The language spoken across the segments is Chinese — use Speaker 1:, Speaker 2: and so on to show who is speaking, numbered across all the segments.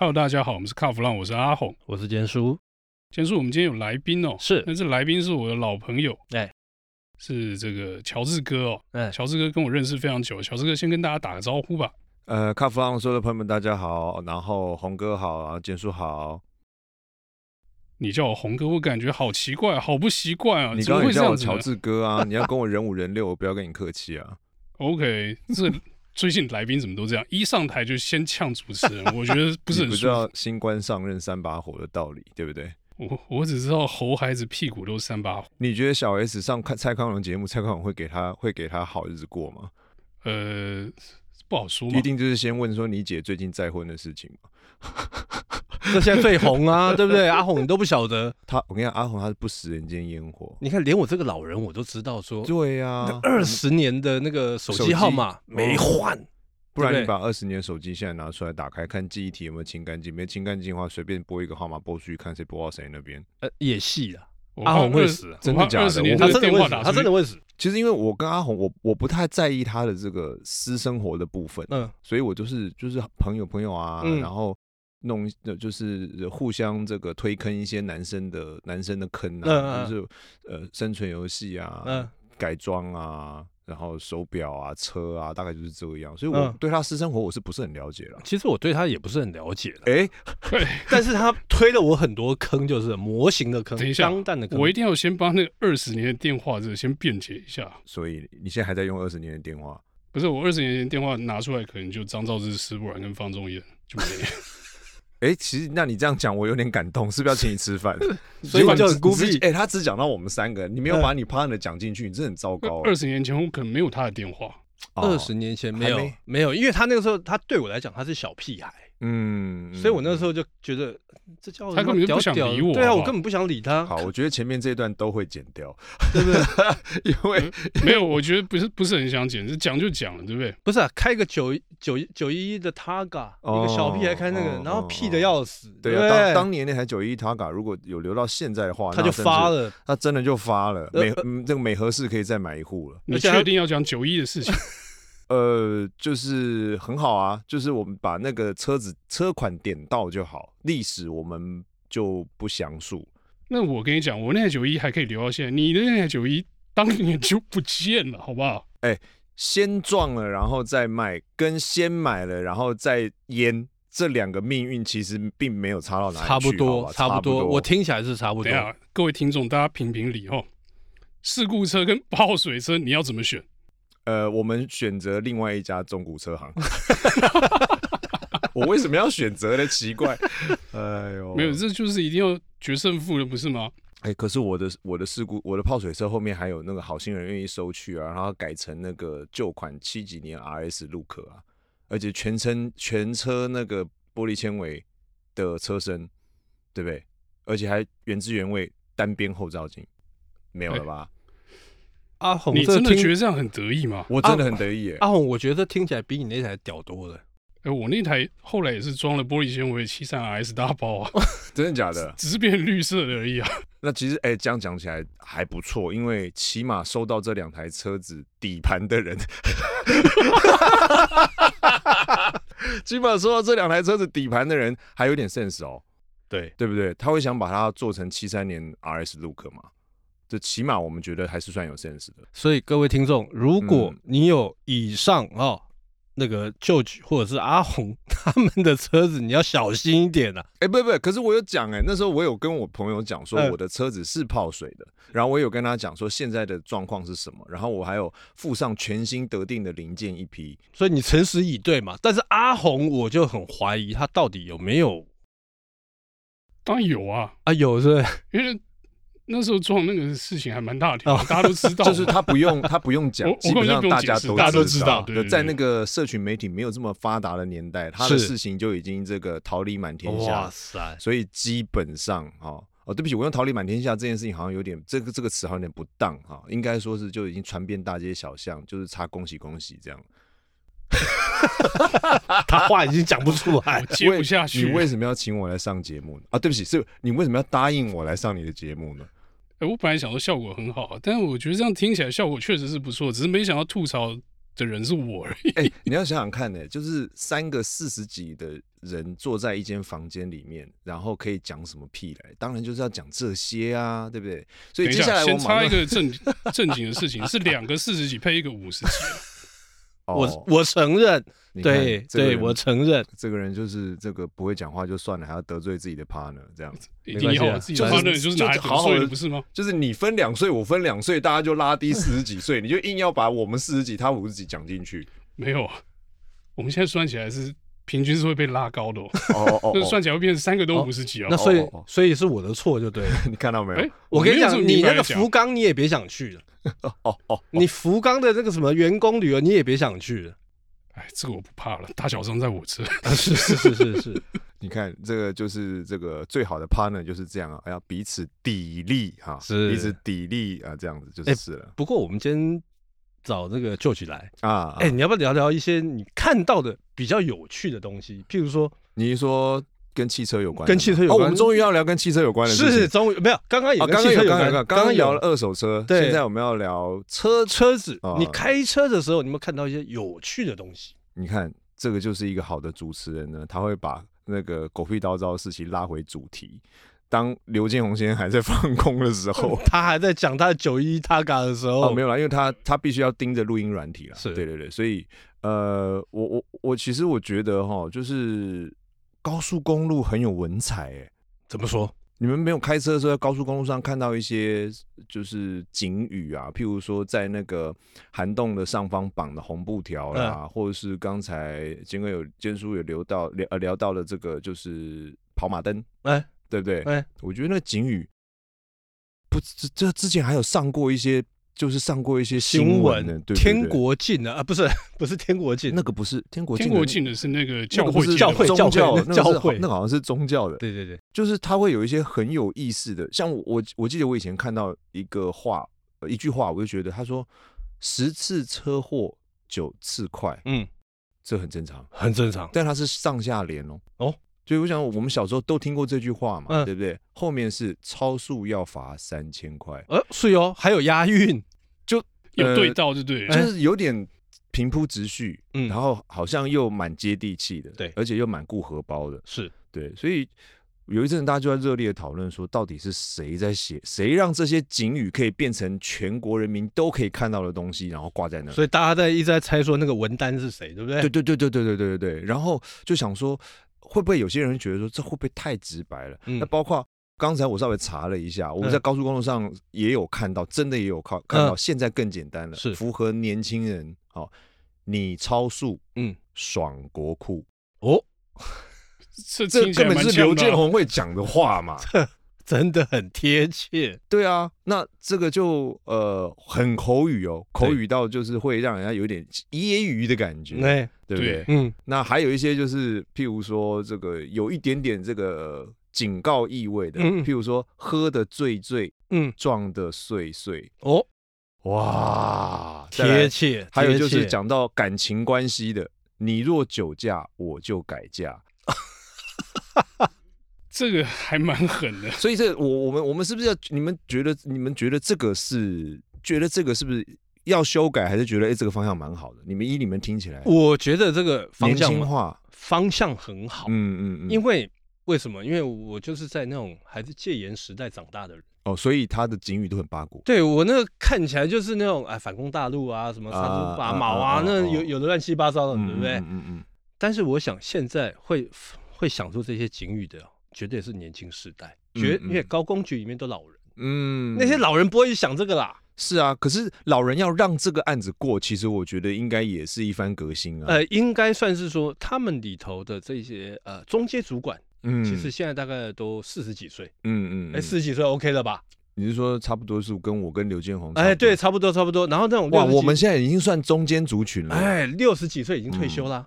Speaker 1: Hello，大家好，我们是卡弗浪，我是阿红。
Speaker 2: 我是坚叔，
Speaker 1: 先说我们今天有来宾哦，
Speaker 2: 是
Speaker 1: 但是来宾是我的老朋友，
Speaker 2: 哎，
Speaker 1: 是这个乔治哥哦，
Speaker 2: 哎
Speaker 1: 乔治哥跟我认识非常久，乔治哥先跟大家打个招呼吧。
Speaker 3: 呃，卡弗朗说的朋友们，大家好，然后红哥好，然后简叔好，
Speaker 1: 你叫我红哥，我感觉好奇怪，好不习惯啊，
Speaker 3: 你
Speaker 1: 怎
Speaker 3: 刚
Speaker 1: 么会
Speaker 3: 刚也
Speaker 1: 这
Speaker 3: 叫我
Speaker 1: 样子呢
Speaker 3: 乔治哥啊，你要跟我人五人六，我不要跟你客气啊。
Speaker 1: ？OK，这最近来宾怎么都这样，一上台就先呛主持 人，我觉得不是很
Speaker 3: 你不知
Speaker 1: 舒服。
Speaker 3: 道新官上任三把火的道理，对不对？
Speaker 1: 我我只知道猴孩子屁股都是三把火，
Speaker 3: 你觉得小 S 上看蔡康永节目，蔡康永会给他会给他好日子过吗？
Speaker 1: 呃，不好说嘛
Speaker 3: 一。定就是先问说你姐最近再婚的事情嘛。
Speaker 2: 这现在最红啊， 对不对？阿红你都不晓得，
Speaker 3: 他，我跟你讲，阿红他是不食人间烟火。
Speaker 2: 你看连我这个老人我都知道说，
Speaker 3: 对呀、啊，
Speaker 2: 二十年的那个手
Speaker 3: 手
Speaker 2: 机
Speaker 3: 机
Speaker 2: 号码没换，
Speaker 3: 不然
Speaker 2: 对不对
Speaker 3: 你把二十年手机现在拿出来打开，看记忆体有没有清干净，没清干净的话，随便拨一个号码拨出去，看谁拨到谁那边。
Speaker 2: 呃，演戏了，
Speaker 1: 我
Speaker 2: 阿
Speaker 1: 怕
Speaker 2: 红会
Speaker 1: 二
Speaker 2: 死，
Speaker 3: 真的假的
Speaker 1: 二十年
Speaker 3: 我
Speaker 2: 他
Speaker 1: 这
Speaker 2: 真
Speaker 1: 个电
Speaker 2: 的会
Speaker 1: 话
Speaker 2: 死，
Speaker 1: 打
Speaker 2: 他
Speaker 1: 出
Speaker 2: 真
Speaker 1: 去
Speaker 2: 的，会死，
Speaker 3: 其实因为我跟阿红，我我不太在意他的这个私生活的部分，
Speaker 2: 嗯，
Speaker 3: 所以我就是就是朋友朋友啊，
Speaker 2: 嗯
Speaker 3: 然后弄就是互相这个推坑一些男生的男生的坑
Speaker 2: 嗯嗯
Speaker 3: 啊，
Speaker 2: 嗯
Speaker 3: 就是呃生存游戏啊，
Speaker 2: 嗯
Speaker 3: 改装啊，然后手表啊、车啊，大概就是这样。所以
Speaker 2: 嗯
Speaker 3: 我对他私生活我是不是很了解了？
Speaker 2: 其实我对他也不是很了解 的，
Speaker 3: 哎、
Speaker 2: 但是他推了我很多坑，就是模型的坑
Speaker 1: 等一，下
Speaker 2: 钢弹的坑
Speaker 1: 我，一定要先帮那个二十年的电话这个先辩解一下。
Speaker 3: 所以你现在还在用二十年的电话？
Speaker 1: 不是我二十年前电话拿出来，可能就张兆志、施不然跟方仲彦就没 了。
Speaker 3: 哎、其实那你这样讲，我有点感动，是不是要请你 吃饭？
Speaker 2: 所以我就很孤
Speaker 3: 你
Speaker 2: 僻。
Speaker 3: 只哎、他只讲到我们三个，你没有
Speaker 2: 嗯
Speaker 3: 把你 partner 讲进去，你真的很糟糕、
Speaker 1: 二十年前我可能没有他的电话，
Speaker 3: 哦
Speaker 2: 二十年前没
Speaker 3: 还
Speaker 2: 有
Speaker 3: 没
Speaker 2: 没有，因为他那个时候他对我来讲他是小屁孩，
Speaker 3: 嗯，
Speaker 2: 所以我那时
Speaker 3: 候
Speaker 2: 候就觉得这叫
Speaker 1: 他根本就不想
Speaker 2: 屌屌
Speaker 1: 理我
Speaker 2: 对啊，
Speaker 1: 好不
Speaker 2: 我
Speaker 1: 好
Speaker 2: 根本不想理他，
Speaker 3: 嗯好，我觉得前面这一段都会剪掉，
Speaker 2: 对不对？
Speaker 3: 因为
Speaker 1: 没有，我觉得不是不是很想剪，是讲就讲了，对不对？
Speaker 2: 不是、啊、开个九一九一九一一的 Targa，、
Speaker 3: 哦
Speaker 2: 一个小屁孩开那个，
Speaker 3: 哦
Speaker 2: 然后屁的要死，
Speaker 3: 对
Speaker 2: 不
Speaker 3: 啊，
Speaker 2: 对
Speaker 3: 当当年那台九一 Targa 如果有留到现在的话，
Speaker 2: 他就发
Speaker 3: 了，
Speaker 2: 了，
Speaker 3: 他真的就发了，
Speaker 2: 呃
Speaker 3: 美
Speaker 2: 呃
Speaker 3: 嗯这个美和氏可以再买一户了。
Speaker 1: 你
Speaker 2: 而且他
Speaker 1: 确定要讲九一的事情？
Speaker 3: 呃，就是很好啊，就是我们把那个车子车款点到就好，历史我们就不详述。
Speaker 1: 那我跟你讲，我那台九一还可以留到现在，你的那台九一当年就不见了，好不好？
Speaker 3: 先撞了然后再卖，跟先买了然后再淹，这两个命运其实并没有差到哪里去，
Speaker 2: 差不
Speaker 3: 好
Speaker 2: 多，
Speaker 3: 吧
Speaker 2: 差
Speaker 3: 差
Speaker 2: 不多，我
Speaker 3: 我
Speaker 2: 听起来是差不
Speaker 1: 等
Speaker 2: 多
Speaker 1: 一。下，各位听众，大家评评理哦。事故车跟泡水车，你要怎么选？
Speaker 3: 呃，我们选择另外一家中古车行。 我为什么要选择呢？奇怪， 哎呦，
Speaker 2: 哦
Speaker 1: 没有，这就是一定要决胜负的，不是吗？
Speaker 3: 哎、可是我的我的事故，我的泡水车后面还有那个好心人愿意收去啊，然后改成那个旧款七几年 RS 路可啊，而且全身全车那个玻璃纤维的车身，对不对？而且还原汁原味单边后照镜，没有了吧？
Speaker 2: 阿红，
Speaker 1: 你真的
Speaker 2: 哦这听
Speaker 1: 觉得这样很得意吗？
Speaker 3: 我真的很得意耶、
Speaker 2: 阿红，我觉得听起来比你那台屌多了。
Speaker 1: 哎、我那台后来也是装了玻璃纤维七三 RS 大包啊，
Speaker 3: 真的假的？
Speaker 1: 只是变成绿色的而已啊。
Speaker 3: 那其实哎、这样讲起来还不错，因为起码收到这两台车子底盘的人， 起码收到这两台车子底盘的人还有点 sense 哦，
Speaker 2: 对，
Speaker 3: 对不对？他会想把它做成七三年 RS Look 嘛？这起码我们觉得还是算有 sense 的。
Speaker 2: 所以各位听众，如果
Speaker 3: 嗯
Speaker 2: 你有以上哦那个 George 或者是阿红他们的车子，你要小心一点啊。
Speaker 3: 哎、不不，可是我有讲哎、那时候我有跟我朋友讲说
Speaker 2: 嗯
Speaker 3: 我的车子是泡水的，然后我有跟他讲说现在的状况是什么，然后我还有附上全新得定的零件一批，
Speaker 2: 所以你诚实以对嘛。但是阿红，我就很怀疑他到底有没有
Speaker 1: 当然有啊，
Speaker 2: 啊？有是不是？
Speaker 1: 因为那时候撞那个事情还蛮大条，大家都知道嘛。
Speaker 3: 哦 就是他不 用他不用讲
Speaker 1: 我，
Speaker 3: 基本
Speaker 1: 我
Speaker 3: 上
Speaker 1: 根本就不用
Speaker 3: 大
Speaker 1: 解
Speaker 3: 家
Speaker 1: 释大家都知
Speaker 3: 知
Speaker 1: 道对对对
Speaker 3: 在那个社群媒体没有这么发达的年代，他的
Speaker 2: 是
Speaker 3: 事情就已经这个桃李满天
Speaker 2: 哇
Speaker 3: 下，
Speaker 2: 塞！
Speaker 3: 所以基本上哈。哦哦，对不起，我用“桃李满天下”这件事情好像有点，这个这个词好像有点不当哈、应该说是就已经传遍大街小巷，就是差恭喜恭喜这样。
Speaker 2: 他话已经讲不出来
Speaker 1: 我。接不
Speaker 3: 为
Speaker 1: 下去。
Speaker 3: 你为什么要请我来上节目呢？啊，对不起，是你为什么要答应我来上你的节目呢？
Speaker 1: 啊哎我本来想说效果很好，但我觉得这样听起来效果确实是不错，只是没想到吐槽的人是我而已。
Speaker 3: 哎、你要想想看呢、就是三个四十几的人坐在一间房间里面，然后可以讲什么屁来？当然就是要讲这些啊，对不对？所以
Speaker 1: 等一
Speaker 3: 接下来我
Speaker 1: 先
Speaker 3: 马
Speaker 1: 插一
Speaker 3: 上
Speaker 1: 个正正经的事情，是两个四十几配一个五十几，
Speaker 2: 我
Speaker 3: 哦，
Speaker 2: 我承认，
Speaker 3: 你看
Speaker 2: 对
Speaker 3: 这个
Speaker 2: 对，
Speaker 3: 人
Speaker 2: 我承认，
Speaker 3: 这个人就是这个不会讲话就算了，还要得罪自己的 partner 这样子。没关
Speaker 1: 你
Speaker 3: 系啊
Speaker 1: 好，自己
Speaker 3: 就是
Speaker 1: 发那就是拿来
Speaker 3: 就好
Speaker 1: 得
Speaker 3: 好
Speaker 1: 罪
Speaker 3: 的
Speaker 1: 的，不是吗？
Speaker 3: 就是你分两岁，我分两岁，大家就拉低四十几岁，你就硬要把我们四十几，他五十几讲进去。
Speaker 1: 没有，啊，我们现在算起来是平均是会被拉高的、哦，
Speaker 3: 哦哦
Speaker 1: 就是算起来会变成三个都五十几哦
Speaker 2: 那。所以
Speaker 3: 哦哦
Speaker 2: 所以是我的错就对了。
Speaker 3: 哦 你看到没有？
Speaker 1: 哎
Speaker 2: 我跟你讲，你那个福
Speaker 1: 服
Speaker 2: 冈你也别想去了，
Speaker 3: 哦哦，
Speaker 2: 你福冈的那个什么员工旅游你也别想去 了。
Speaker 1: 哎，这个我不怕了，大小伤在我这。
Speaker 2: 啊是是是是是，
Speaker 3: 你看这个就是这个最好的 partner 就是这样啊，要彼此砥砺哈，
Speaker 2: 是哎
Speaker 3: 彼此砥砺啊，这样子就是了、
Speaker 2: 不过我们今天找那个 George 来，
Speaker 3: 啊。
Speaker 2: 哎，你要不要聊聊一些你看到的比较有趣的东西？譬如说，
Speaker 3: 你是说跟汽车有关的吗，
Speaker 2: 跟汽车有关
Speaker 3: 哦，我们终于要聊跟汽车有关的事情。
Speaker 2: 是终于没有，刚刚也
Speaker 3: 哦，
Speaker 2: 跟
Speaker 3: 刚刚
Speaker 2: 汽
Speaker 3: 有
Speaker 2: 车有
Speaker 3: 刚刚
Speaker 2: 关
Speaker 3: 有，刚刚聊
Speaker 2: 了
Speaker 3: 了二手车，
Speaker 2: 对
Speaker 3: 现在我们要聊车。
Speaker 2: 车子
Speaker 3: 啊。
Speaker 2: 你开车的时候，你有没有看到一些有趣的东西？，
Speaker 3: 你看，这个就是一个好的主持人呢，他会把那个狗屁叨叨的事情拉回主题。当刘建宏先生还在放空的时候
Speaker 2: 他还在讲他的九一 Taga 的时
Speaker 3: 哦，
Speaker 2: 候
Speaker 3: 没，有啦，因为他他必须要盯着录音软体啦。
Speaker 2: 是
Speaker 3: 对对对，所以呃，我我我其实我觉得哈，就是高速公路很有文采哎、
Speaker 2: 怎么说？
Speaker 3: 你们没有开车的时候，在高速公路上看到一些就是警语啊，譬如说在那个涵洞的上方绑的红布条啦，或者是刚才金哥有坚叔有聊到聊呃聊到了这个就是跑马灯，
Speaker 2: 哎
Speaker 3: 对不对？
Speaker 2: 哎，
Speaker 3: 我觉得那个警语不这这之前还有上过一些，就是上过一些
Speaker 2: 新
Speaker 3: 闻
Speaker 2: 闻
Speaker 3: 呢，对不对
Speaker 2: 天国境的啊，不是 不是天国境，
Speaker 3: 那个不是 天国
Speaker 1: 天
Speaker 3: 的
Speaker 1: 国境的是那个
Speaker 3: 那
Speaker 1: 教
Speaker 3: 个
Speaker 1: 会界
Speaker 3: 不是
Speaker 1: 的
Speaker 2: 教
Speaker 1: 吧
Speaker 2: 会
Speaker 3: 宗教
Speaker 2: 教会
Speaker 3: 那个是
Speaker 2: 教会
Speaker 3: 那个好像是宗教的，
Speaker 2: 对对对，
Speaker 3: 就是它会有一些很有意思的，像我我我记得我以前看到一个话、呃一句话，我就觉得他说十次车祸九次快，
Speaker 2: 嗯，
Speaker 3: 这很正常，
Speaker 2: 很正常。
Speaker 3: 但它是上下联哦。
Speaker 2: 哦，
Speaker 3: 所以我想我们小时候都听过这句话嘛，
Speaker 2: 嗯
Speaker 3: 对不对？后面是超速要罚三千块，
Speaker 2: 呃，是哦，还有押韵，
Speaker 3: 呃
Speaker 1: 有对到就对了，
Speaker 3: 就是有点平铺直叙，
Speaker 2: 哎嗯
Speaker 3: 然后好像又蛮接地气的，
Speaker 2: 对
Speaker 3: 而且又蛮顾荷包的，
Speaker 2: 是
Speaker 3: 对，所以有一阵子大家就在热烈的讨论说，到底是谁在写，谁让这些警语可以变成全国人民都可以看到的东西，然后挂在那。
Speaker 2: 所以大家在一直在猜说那个文丹是谁，对不对？
Speaker 3: 嗯对对对对对对对对对。然后就想说，会不会有些人觉得说，这会不会太直白了？
Speaker 2: 嗯
Speaker 3: 那包括。刚才我稍微查了一下，我
Speaker 2: 嗯
Speaker 3: 们在高速公路上也有看到，真的也有看看到，现在更简单了，
Speaker 2: 是
Speaker 3: 符合年轻人。哦，你超速，
Speaker 2: 嗯，
Speaker 3: 爽国库，
Speaker 2: 哦，
Speaker 1: 这
Speaker 3: 这
Speaker 1: 听起
Speaker 3: 根
Speaker 1: 来
Speaker 3: 本
Speaker 1: 蛮
Speaker 3: 是
Speaker 1: 呛
Speaker 3: 刘
Speaker 1: 的
Speaker 3: 建
Speaker 1: 啊。
Speaker 3: 宏会讲的 话嘛。
Speaker 2: 真的很贴切。
Speaker 3: 对啊，那这个就呃很口语哦，口
Speaker 2: 对
Speaker 3: 语到就是会让人家有点揶揄的感觉，
Speaker 2: 哎、
Speaker 3: 对不对？
Speaker 1: 对
Speaker 2: 嗯，
Speaker 3: 那还有一些就是，譬如说这个有一点点这个警告意味的，
Speaker 2: 嗯
Speaker 3: 譬如说喝的醉醉，
Speaker 2: 嗯，
Speaker 3: 撞的碎碎，
Speaker 2: 哦，
Speaker 3: 哇，再来
Speaker 2: 贴切。
Speaker 3: 还有就
Speaker 2: 贴
Speaker 3: 是
Speaker 2: 切，
Speaker 3: 讲到感情关系的，你若酒驾，我就改嫁。
Speaker 1: 这个还蛮狠的，
Speaker 3: 所以这我我们我们是不是要你们觉得你们觉得这个是觉得这个是不是要修改，还是觉得哎、诶这个方向蛮好的？你们依你们听起来
Speaker 2: 我觉得这个哦方
Speaker 3: 年
Speaker 2: 向
Speaker 3: 轻化，
Speaker 2: 方向很好，
Speaker 3: 嗯嗯嗯，
Speaker 2: 因为为什么？因为我就是在那种还是戒严时代长大的人，
Speaker 3: 哦，所以他的警语都很八股。
Speaker 2: 对我那个看起来就是那种哎反攻大陆啊，什么杀
Speaker 3: 啊
Speaker 2: 猪拔
Speaker 3: 啊
Speaker 2: 毛
Speaker 3: 啊
Speaker 2: 啊
Speaker 3: 啊，
Speaker 2: 那
Speaker 3: 啊
Speaker 2: 有有的乱七八糟的，对不对
Speaker 3: 嗯？嗯嗯
Speaker 2: 但是我想现在会会想出这些警语的，绝对是年轻世代，绝、
Speaker 3: 嗯嗯
Speaker 2: 因为高工局里面都老人，
Speaker 3: 嗯，嗯
Speaker 2: 那些老人不会去想这个啦。
Speaker 3: 是啊，可是老人要让这个案子过，其实我觉得应该也是一番革新啊。
Speaker 2: 呃，应该算是说他们里头的这些呃中阶主管，
Speaker 3: 嗯，
Speaker 2: 其实现在大概都四十几岁，
Speaker 3: 嗯嗯，
Speaker 2: 哎
Speaker 3: 嗯
Speaker 2: 四十几岁 OK 了吧？
Speaker 3: 你是说差不多是跟我跟刘建宏？
Speaker 2: 哎，对，，差不多差不多。然后那种
Speaker 3: 哇，
Speaker 2: 60几
Speaker 3: 我们现在已经算中间族群了，哎，
Speaker 2: 哎六十几岁已经退
Speaker 3: 嗯
Speaker 2: 休啦，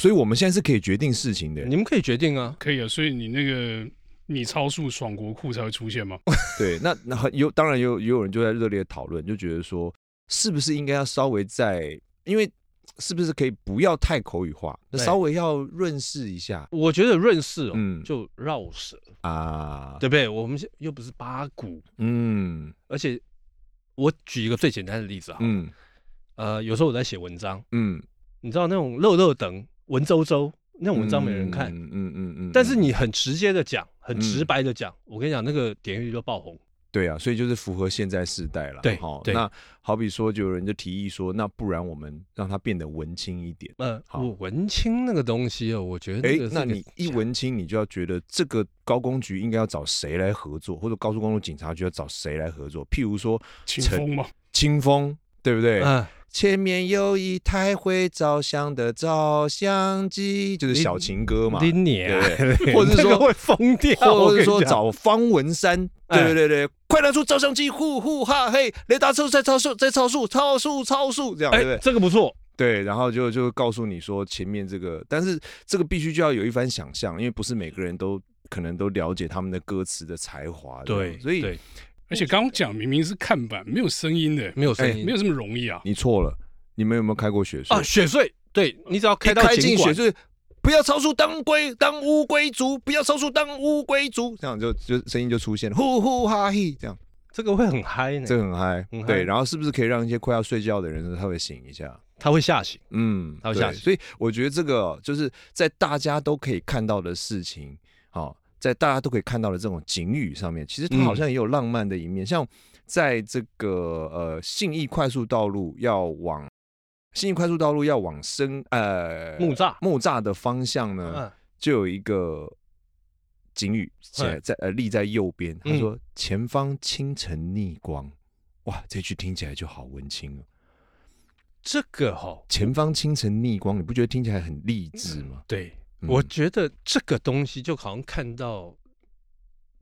Speaker 3: 所以我们现在是可以决定事情的。
Speaker 2: 你们可以决定啊。
Speaker 1: 可以啊。所以你那个你超速爽国库才会出现嘛？
Speaker 3: 对，那那很有，当然有也有人就在热烈讨论，就觉得说，是不是应该要稍微在，因为是不是可以不要太口语化，那
Speaker 2: 对
Speaker 3: 稍微要润饰一下
Speaker 2: 我觉得润饰哦，
Speaker 3: 嗯
Speaker 2: 就绕舌，
Speaker 3: 啊？
Speaker 2: 对不对？我们现又不是八股，
Speaker 3: 嗯
Speaker 2: 而且我举一个最简单的例子啊，
Speaker 3: 嗯
Speaker 2: 呃，有时候我在写文章，
Speaker 3: 嗯，
Speaker 2: 你知道那种肉肉等文绉绉那种文章没人看，
Speaker 3: 嗯嗯嗯嗯。
Speaker 2: 但是
Speaker 3: 嗯
Speaker 2: 你很直接的讲，很直白的讲，我跟你讲，那个点阅率就爆红。
Speaker 3: 对啊，所以就是符合现在世代了。
Speaker 2: 对
Speaker 3: 哈，
Speaker 2: 对
Speaker 3: 那好比说，就有人就提议说，那不然我们让它变得文青一点。
Speaker 2: 呃，
Speaker 3: 好
Speaker 2: 我文青那个东西哦，我觉得
Speaker 3: 哎
Speaker 2: 那个，是
Speaker 3: 那
Speaker 2: 个
Speaker 3: 你一文青，你就要觉得这个高工局应该要找谁来合作，或者高速公路警察局要找谁来合作？譬如说
Speaker 1: 清
Speaker 3: 陈
Speaker 1: 风嘛，
Speaker 3: 清风，对不对？
Speaker 2: 嗯，
Speaker 3: 前面有一台会照相的照相机，就是小情歌嘛，
Speaker 2: 你
Speaker 3: 对
Speaker 2: 你啊，
Speaker 3: 不 对？或者是
Speaker 2: 那个
Speaker 3: 说，
Speaker 2: 会疯掉，
Speaker 3: 或者是
Speaker 2: 我
Speaker 3: 说
Speaker 2: 跟你讲
Speaker 3: 找方文山，
Speaker 2: 哎
Speaker 3: 对对对对，快拿出照相机，呼呼哈嘿，雷达车在超速，在超速，超速，超速，这样对不
Speaker 2: 哎，
Speaker 3: 对？
Speaker 2: 这个不错，
Speaker 3: 对，然后就就告诉你说前面这个，但是这个必须就要有一番想象，因为不是每个人都可能都了解他们的歌词的才华这样，
Speaker 2: 对，
Speaker 3: 所以
Speaker 2: 对
Speaker 1: 而且刚刚讲明明是看板，没有声音的，
Speaker 2: 没有声
Speaker 3: 哎
Speaker 2: 音，
Speaker 1: 没有这么容易啊。
Speaker 3: 你错了，你们有没有开过雪隧
Speaker 2: 啊，？雪穗，对你只要
Speaker 3: 一
Speaker 2: 开到
Speaker 3: 进
Speaker 2: 景
Speaker 3: 雪
Speaker 2: 馆，
Speaker 3: 隧，不要超速当归当乌龟族，不要超速当乌龟族，这样就就声音就出现了，呼呼哈嘿，这样
Speaker 2: 这个会很嗨呢
Speaker 3: 这，个很嗨
Speaker 2: 嗯很，嗨
Speaker 3: 对，然后是不是可以让一些快要睡觉的人稍微醒一下？
Speaker 2: 它会吓醒。
Speaker 3: 嗯，
Speaker 2: 还有
Speaker 3: 对
Speaker 2: 下棋
Speaker 3: 所以我觉得这个哦就是在大家都可以看到的事情，好、在大家都可以看到的这种景语上面，其实它
Speaker 2: 嗯
Speaker 3: 好像也有浪漫的一面。像在这个呃信义快速道路要往信义快速道路要往深呃
Speaker 2: 木栅
Speaker 3: 木栅的方向呢，
Speaker 2: 嗯，就
Speaker 3: 就有一个警语写
Speaker 2: 嗯
Speaker 3: 在呃立在右边，他
Speaker 2: 嗯
Speaker 3: 说前方清晨逆光，哇，这句听起来就好文青哦。
Speaker 2: 这个哈，
Speaker 3: 前方清晨逆光，你不觉得听起来很励志吗？
Speaker 2: 对，
Speaker 3: 嗯
Speaker 2: 我觉得这个东西就好像看到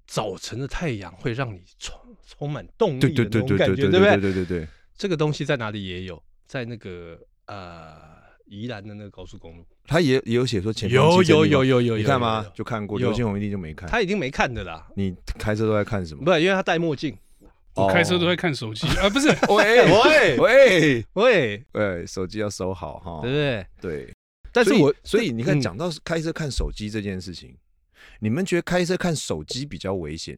Speaker 2: 早晨的太阳，会让你充充满动
Speaker 3: 对
Speaker 2: 力
Speaker 3: 对
Speaker 2: 的那
Speaker 3: 对
Speaker 2: 种
Speaker 3: 对
Speaker 2: 感
Speaker 3: 对
Speaker 2: 觉，
Speaker 3: 对
Speaker 2: 对不
Speaker 3: 对
Speaker 2: 对？
Speaker 3: 对对对，
Speaker 2: 这个东西在哪里也有，在那个呃宜兰的那个高速公路，
Speaker 3: 他也也有写说前方
Speaker 2: 有
Speaker 3: 清晨
Speaker 2: 有
Speaker 3: 逆
Speaker 2: 有
Speaker 3: 光
Speaker 2: 有有，
Speaker 3: 你
Speaker 2: 有
Speaker 3: 看吗？？哎
Speaker 2: 有
Speaker 3: 就看过，
Speaker 2: 有
Speaker 3: 刘建宏一定就没看。
Speaker 2: 他已经没看的啦，
Speaker 3: 你开车都在看什么？
Speaker 2: 不，因为他戴墨镜。
Speaker 3: 哦
Speaker 1: 我开车都在
Speaker 3: 在。
Speaker 1: 看手机啊，不是
Speaker 3: 喂喂喂
Speaker 2: 喂，
Speaker 3: 喂，手机要收好哈
Speaker 2: 对不。对？
Speaker 3: 对，
Speaker 2: 但是
Speaker 3: 所以
Speaker 2: 我
Speaker 3: 所以你看，
Speaker 2: 嗯
Speaker 3: 讲到开车看手机这件事情，你们觉得开车看手机比较危险，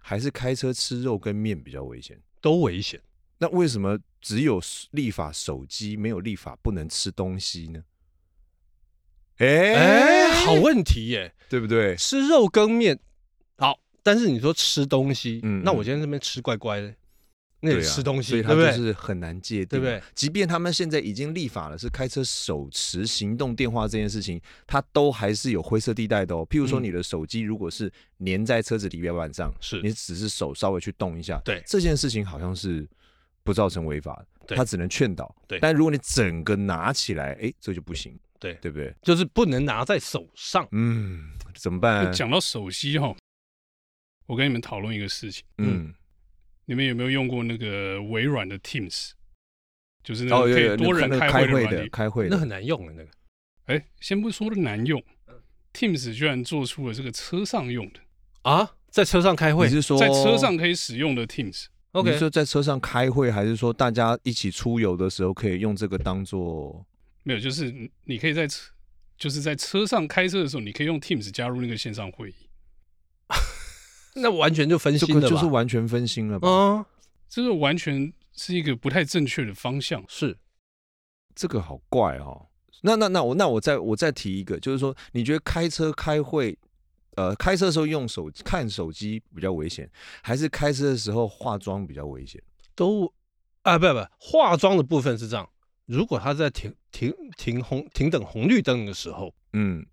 Speaker 3: 还是开车吃肉跟面比较危险？
Speaker 2: 都危险。
Speaker 3: 那为什么只有立法手机，没有立法不能吃东西呢？哎、
Speaker 2: 哎，好问题耶，
Speaker 3: 对不对？
Speaker 2: 吃肉羹面好，但是你说吃东西，
Speaker 3: 嗯
Speaker 2: 那
Speaker 3: 嗯
Speaker 2: 我今天这边吃乖乖的，那也
Speaker 3: 对
Speaker 2: 是
Speaker 3: 啊
Speaker 2: 吃东西，
Speaker 3: 所以
Speaker 2: 对
Speaker 3: 它
Speaker 2: 不
Speaker 3: 就
Speaker 2: 对？
Speaker 3: 是很难界定
Speaker 2: 对
Speaker 3: 啊，
Speaker 2: 不对
Speaker 3: 即便他们现在已经立法了，是开车手持行动电话这件事情，它都还是有灰色地带的哦。譬如说，
Speaker 2: 嗯
Speaker 3: 你的手机如果是粘在车子仪表板上，
Speaker 2: 是
Speaker 3: 你只是手稍微去动一下，
Speaker 2: 对
Speaker 3: 这件事情好像是不造成违法的，
Speaker 2: 对
Speaker 3: 它只能劝导。
Speaker 2: 对
Speaker 3: 但如果你整个拿起来，哎，这就不行，
Speaker 2: 对
Speaker 3: 对不对？
Speaker 2: 就是不能拿在手上。
Speaker 3: 嗯，怎么办？
Speaker 1: 讲到手机哈，我跟你们讨论一个事情，
Speaker 3: 嗯，
Speaker 1: 你们有没有用过那个微软的 Teams？就是那
Speaker 3: 哦，
Speaker 1: 个嗯
Speaker 3: 有
Speaker 1: 可
Speaker 3: 有
Speaker 1: 以
Speaker 3: 你
Speaker 1: 多
Speaker 3: 看
Speaker 1: 人
Speaker 3: 那个
Speaker 1: 开
Speaker 3: 开
Speaker 1: 会的
Speaker 3: 会
Speaker 1: 软
Speaker 3: 的
Speaker 1: 体。
Speaker 3: 开会
Speaker 2: 那
Speaker 3: 的，
Speaker 2: 很难用的那个，
Speaker 1: 哎，先不说难用，Teams
Speaker 3: 嗯
Speaker 1: 居然做出了这个车上用的，
Speaker 2: 啊，在车上开
Speaker 3: 你
Speaker 2: 会
Speaker 3: 是说
Speaker 1: 在车上可以使用的 Teams。
Speaker 3: 你是
Speaker 2: ，OK，
Speaker 3: 说在车上开会，还是说大家一起出游的时候可以用这个当做？
Speaker 1: 没有，就是你你可以在车，就是在车上开车的时候，你可以用 Teams 加入那个线上会议。
Speaker 2: 那完全就分
Speaker 3: 这
Speaker 2: 心
Speaker 3: 个
Speaker 2: 了
Speaker 3: 就是
Speaker 2: 吧？
Speaker 3: 完全分心了吧？
Speaker 2: 嗯，
Speaker 1: 这个完全是一个不太正确的方向。
Speaker 2: 是
Speaker 3: 这个好怪哦。那那那我那我再我再提一个，就是说，你觉得开车开会，呃，开车的时候用手看手机比较危险，还是开车的时候化妆比较危险？
Speaker 2: 都啊，不不，化妆的部分是这样。如果他在停停停红停等红绿灯的时候，
Speaker 3: 嗯，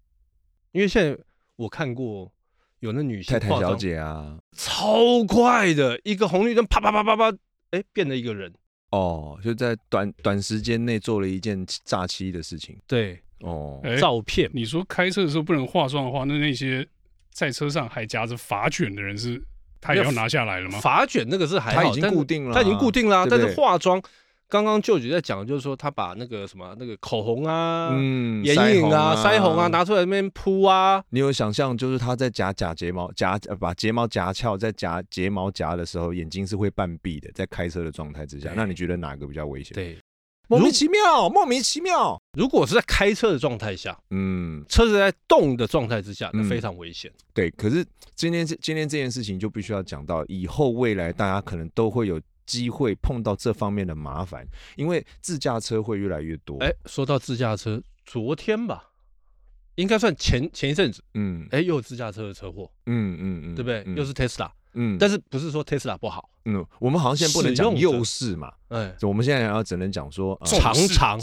Speaker 2: 因为现在我看过有那女性
Speaker 3: 太太
Speaker 2: 化
Speaker 3: 小
Speaker 2: 妆
Speaker 3: 姐啊，
Speaker 2: 超快的，一个红绿灯啪啪啪啪啪，哎，变了一个人。
Speaker 3: 哦，就在短短时间内做了一件诈欺的事情。
Speaker 2: 对，
Speaker 3: 哦，
Speaker 1: 哎，
Speaker 2: 照片
Speaker 1: 你说开车的时候不能化妆的话，那那些在车上还夹着发卷的人是，他也要拿下来了吗？
Speaker 2: 发卷那个是还好，
Speaker 3: 它已经
Speaker 2: 但是
Speaker 3: 固定了啊
Speaker 2: 它已经固定了啊。
Speaker 3: 对不
Speaker 2: 但
Speaker 3: 对
Speaker 2: 是化妆，刚刚舅舅在讲，就是说他把那个什么那个口红啊、
Speaker 3: 嗯
Speaker 2: 眼影啊、腮红啊拿出来那边铺啊，
Speaker 3: 你有想象，就是他在夹假睫毛夹呃把睫毛夹翘，在夹睫毛夹的时候，眼睛是会半闭的，在开车的状态之下，
Speaker 2: 对
Speaker 3: 那你觉得哪个比较危险？，
Speaker 2: 对。
Speaker 3: 莫名其妙，莫名其妙。
Speaker 2: 如果是在开车的状态下，
Speaker 3: 嗯，
Speaker 2: 车子在动的状态之下，那
Speaker 3: 嗯
Speaker 2: 非常危险。
Speaker 3: 对。可是今天这今天这件事情就必须要讲到，以后未来大家可能都会有机会碰到这方面的麻烦，因为自驾车会越来越多。
Speaker 2: 哎，说到自驾车，昨天吧，应该算前前一阵子，
Speaker 3: 嗯，
Speaker 2: 哎，又有自驾车的车祸，
Speaker 3: 嗯嗯嗯，
Speaker 2: 对不对？
Speaker 3: 嗯
Speaker 2: 又是 Tesla，
Speaker 3: 嗯，
Speaker 2: 但是不是说 Tesla 不好？
Speaker 3: 嗯，我们好像现在不能讲
Speaker 2: 使用者
Speaker 3: 右视嘛，
Speaker 2: 哎，
Speaker 3: 我们现在要只能讲说，啊
Speaker 1: 重
Speaker 2: 常
Speaker 1: 视
Speaker 2: 常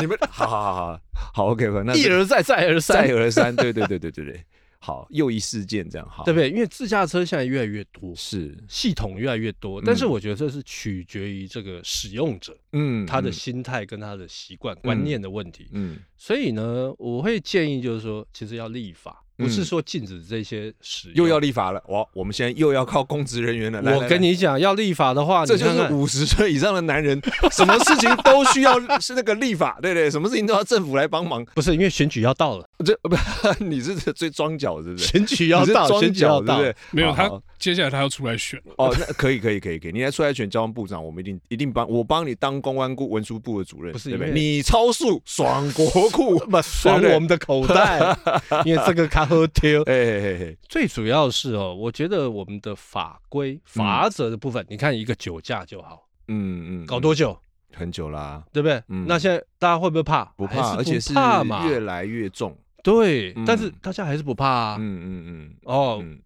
Speaker 3: 你们 好好好好好，OK OK，那
Speaker 2: 一而再，再而三
Speaker 3: 再，而三，对对对对对对，好，又一事件这样，好，
Speaker 2: 对不对？因为自驾车现在越来越多，
Speaker 3: 是，
Speaker 2: 系统越来越多，但是我觉得这是取决于这个使用者、
Speaker 3: 嗯，
Speaker 2: 他的
Speaker 3: 嗯
Speaker 2: 心态跟他的习惯、观念的问题。
Speaker 3: 嗯
Speaker 2: 所以呢，我会建议就是说，其实要立法，
Speaker 3: 嗯
Speaker 2: 不是说禁止这些使用。
Speaker 3: 又要立法了，哇，我们现在又要靠公职人员了，来
Speaker 2: 我跟。
Speaker 3: 来来
Speaker 2: 你讲，要立法的话，
Speaker 3: 这
Speaker 2: 你
Speaker 3: 就
Speaker 2: 看
Speaker 3: 是
Speaker 2: 看，
Speaker 3: 五十岁以上的男人，什么事情都需要是那个立 法，对对，什么事情都要政府来帮忙。
Speaker 2: 不是因为选举要到了，
Speaker 3: 这不，你是最装脚 是不是？
Speaker 2: 选举
Speaker 3: 你
Speaker 2: 要
Speaker 3: 是
Speaker 2: 到，
Speaker 3: 装
Speaker 2: 选举要
Speaker 3: 脚对
Speaker 2: 到
Speaker 3: 不，对？
Speaker 1: 没有
Speaker 3: 好
Speaker 1: 他
Speaker 3: 好
Speaker 1: 接下来他要出来选了，
Speaker 3: 哦，那可以可以可以可以，你来出来选交通部长，我们一定一定帮我帮你当公安部文书部的主任，
Speaker 2: 不是
Speaker 3: 对不
Speaker 2: 因
Speaker 3: 对？
Speaker 2: 为
Speaker 3: 你超速爽国 库，
Speaker 2: 不爽
Speaker 3: 对
Speaker 2: 我们的口 袋，因为这个卡喝丢。
Speaker 3: 哎嘿嘿嘿，
Speaker 2: 最主要是哦，我觉得我们的法
Speaker 3: 嗯
Speaker 2: 规法则的部分，你看一个酒驾就好，
Speaker 3: 嗯嗯，
Speaker 2: 搞多久，
Speaker 3: 很久啦、
Speaker 2: 对不对？
Speaker 3: 嗯
Speaker 2: 那现在大家会不会怕？
Speaker 3: 不
Speaker 2: 还
Speaker 3: 怕，而且
Speaker 2: 是
Speaker 3: 是
Speaker 2: 不怕嘛。
Speaker 3: 越来越重，
Speaker 2: 对，
Speaker 3: 嗯
Speaker 2: 但是大家还是不怕啊。
Speaker 3: 嗯嗯
Speaker 2: 哦，
Speaker 3: 嗯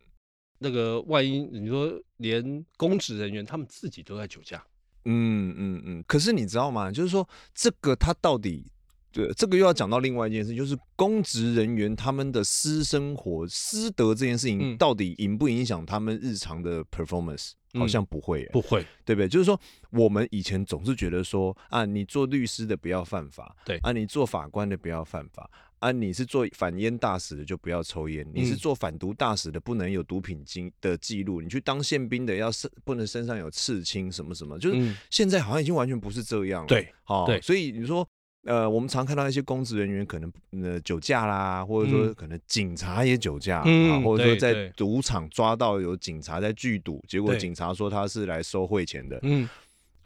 Speaker 2: 那个万一你说连公职人员他们自己都在酒驾，
Speaker 3: 嗯嗯嗯。可是你知道吗？就是说这个他到底。对，这个又要讲到另外一件事，就是公职人员他们的私生活、私德这件事情，
Speaker 2: 嗯
Speaker 3: 到底影不影响他们日常的 performance？、好
Speaker 2: 嗯
Speaker 3: 像不会耶、
Speaker 2: 不会，
Speaker 3: 对不对？就是说，我们以前总是觉得说啊，你做律师的不要犯法，
Speaker 2: 对
Speaker 3: 啊，你做法官的不要犯法，啊，你是做反烟大使的就不要抽烟，
Speaker 2: 嗯
Speaker 3: 你是做反毒大使的不能有毒品经的记录，你去当宪兵的要身不能身上有刺青什么什么，就是
Speaker 2: 嗯，
Speaker 3: 现在好像已经完全不是这样了。
Speaker 2: 对，
Speaker 3: 好、
Speaker 2: 对
Speaker 3: 所以你说。呃，我们常看到一些公职人员可能呃酒驾啦，或者说
Speaker 2: 嗯
Speaker 3: 可能警察也酒驾，
Speaker 2: 嗯
Speaker 3: 啊，或者说
Speaker 2: 对
Speaker 3: 在
Speaker 2: 对
Speaker 3: 赌场抓到有警察在聚赌，结果
Speaker 2: 对
Speaker 3: 警察说他是来收贿钱的，
Speaker 2: 嗯，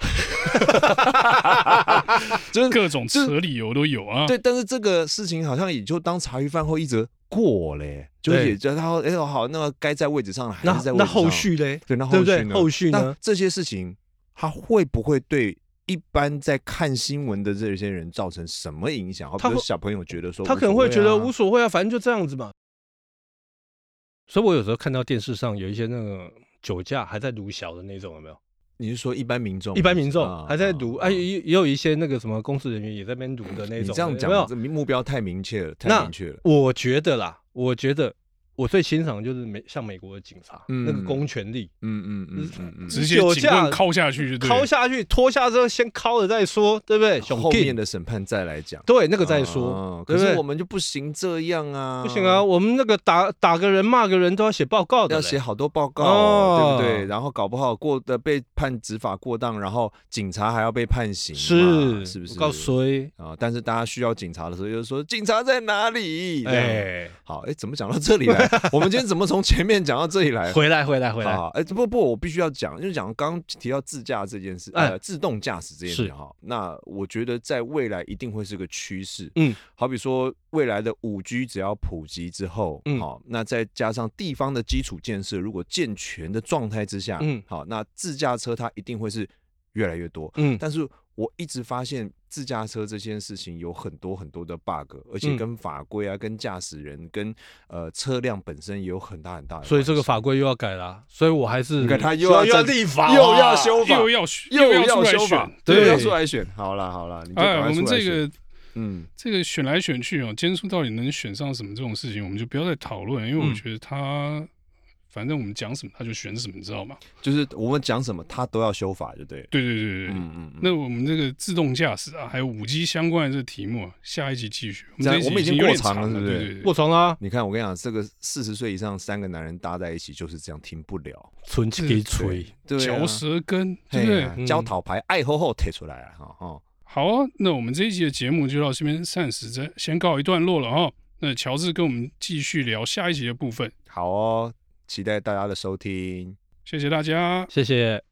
Speaker 3: 就是
Speaker 1: 各种
Speaker 3: 这
Speaker 1: 扯理由都有啊。
Speaker 3: 对，但是这个事情好像也就当茶余饭后一则过嘞，就是
Speaker 2: 对
Speaker 3: 也就他说，哎呦好，那个该在位置上了还
Speaker 2: 那
Speaker 3: 是在位置
Speaker 2: 那
Speaker 3: 上。
Speaker 2: 后续嘞，
Speaker 3: 对，那
Speaker 2: 对
Speaker 3: 后
Speaker 2: 不
Speaker 3: 续
Speaker 2: 对？
Speaker 3: 呢？
Speaker 2: 后续
Speaker 3: 那
Speaker 2: 呢？
Speaker 3: 这些事情，它会不会对一般在看新闻的这些人造成什么影响？好比
Speaker 2: 他
Speaker 3: 如
Speaker 2: 会
Speaker 3: 小朋友觉得说、
Speaker 2: 他可能会觉得无
Speaker 3: 无所
Speaker 2: 所谓啊，反正就这样子嘛。所以我有时候看到电视上有一些那个酒驾还在撸小的那种，有没有？
Speaker 3: 谓啊，你是说一般民众，
Speaker 2: 一般民
Speaker 3: 啊
Speaker 2: 众还在撸，哎，也
Speaker 3: 啊嗯
Speaker 2: 也也有一些那个什么公司人员也在那边撸的那
Speaker 3: 你
Speaker 2: 种。
Speaker 3: 这样
Speaker 2: 有
Speaker 3: 讲
Speaker 2: 没有，
Speaker 3: 这目标太明确了，太
Speaker 2: 那
Speaker 3: 明确了。
Speaker 2: 我觉得啦，我觉得我最欣赏就是美像美国的警察、
Speaker 3: 嗯
Speaker 2: 那个公权力，
Speaker 3: 嗯嗯嗯嗯嗯，
Speaker 1: 直接
Speaker 2: 酒
Speaker 1: 警棍
Speaker 2: 驾
Speaker 1: 敲下去就对了
Speaker 2: 敲下去拖下之后先敲了再说，对不对？
Speaker 3: 嗯
Speaker 2: 熊
Speaker 3: 后面
Speaker 2: 劲
Speaker 3: 的审判再来讲。
Speaker 2: 对那个再说，
Speaker 3: 啊
Speaker 2: 对
Speaker 3: 可
Speaker 2: 不
Speaker 3: 是
Speaker 2: 对
Speaker 3: 我们就不行这样啊，
Speaker 2: 不行啊，我们那个打打个人骂个人都要写报告的
Speaker 3: 要
Speaker 2: 嘞，
Speaker 3: 写好多报告，
Speaker 2: 哦
Speaker 3: 对不对？然后搞不好过的被判执法过当，然后警察还要被判刑嘛，
Speaker 2: 是
Speaker 3: 是不是？
Speaker 2: 我告诉谁？
Speaker 3: 啊，但是大家需要警察的时候，就是说警察在哪里？哎，
Speaker 2: 哎，
Speaker 3: 好，哎，怎么讲到这里来？ 我们今天怎么从前面讲到这里来？
Speaker 2: 回来回来回来，
Speaker 3: 好，哎，不不，我必须要讲，就是讲刚刚提到自驾这件事，呃，
Speaker 2: 哎
Speaker 3: 自动驾驶这件事
Speaker 2: 是
Speaker 3: 哈，那我觉得在未来一定会是个趋势。
Speaker 2: 嗯，
Speaker 3: 好比说未来的五 G 只要普及之后，
Speaker 2: 嗯
Speaker 3: 好，那再加上地方的基础建设如果健全的状态之下，
Speaker 2: 嗯
Speaker 3: 好，那自驾车它一定会是越来越多。
Speaker 2: 嗯，
Speaker 3: 但是我一直发现自驾车这件事情有很多很多的 bug，而且
Speaker 2: 嗯
Speaker 3: 跟法规啊、跟驾驶人、跟呃车辆本身也有很大很大的关系。
Speaker 2: 所以这个法规又要改啦，所以我还是
Speaker 3: 你看他又
Speaker 2: 所以
Speaker 3: 要
Speaker 2: 要
Speaker 3: 再
Speaker 2: 立法啊，
Speaker 3: 又要修法
Speaker 1: 又要
Speaker 3: 又
Speaker 1: 要
Speaker 3: 要
Speaker 1: 出来
Speaker 3: 修法
Speaker 1: 选，
Speaker 2: 对
Speaker 3: 又要出来选。好啦好啦，你就
Speaker 1: 哎，
Speaker 3: 赶
Speaker 1: 我
Speaker 3: 快出
Speaker 1: 们
Speaker 3: 来
Speaker 1: 这
Speaker 3: 选。
Speaker 1: 个
Speaker 3: 嗯
Speaker 1: 这个选来选去哦，坚叔到底能选上什么这种事情，我们就不要再讨论，因为我
Speaker 2: 嗯
Speaker 1: 觉得他、反正我们讲什么他就选什么，你知道吗？
Speaker 3: 就是我们讲什么，他都要修法，就对了。
Speaker 1: 对对对对对。
Speaker 3: 嗯嗯嗯。
Speaker 1: 那我们这个自动驾驶啊，还有五 G 相关的这个题目啊，下一集继续。我
Speaker 3: 这样
Speaker 1: 们这一集
Speaker 3: 我们已经
Speaker 1: 有点
Speaker 3: 过长
Speaker 1: 长
Speaker 3: 了是不是
Speaker 1: 对对对
Speaker 2: 过床啦，
Speaker 3: 你看，我跟你讲，这个四十岁以上三个男人搭在一起就是这样，停不了。
Speaker 2: 存起给
Speaker 3: 对
Speaker 2: 吹。
Speaker 3: 对啊，
Speaker 1: 嚼舌根，对不
Speaker 3: 嘿
Speaker 1: 对？
Speaker 3: 啊，
Speaker 2: 嗯
Speaker 3: 交讨牌爱吼吼贴出来了哈哦。
Speaker 1: 好啊，那我们这一集的节目就到这边暂时再先告一段落了哈。那乔治跟我们继续聊下一集的部分，
Speaker 3: 好哦，期待大家的收听。
Speaker 1: 谢谢大家。
Speaker 2: 谢谢。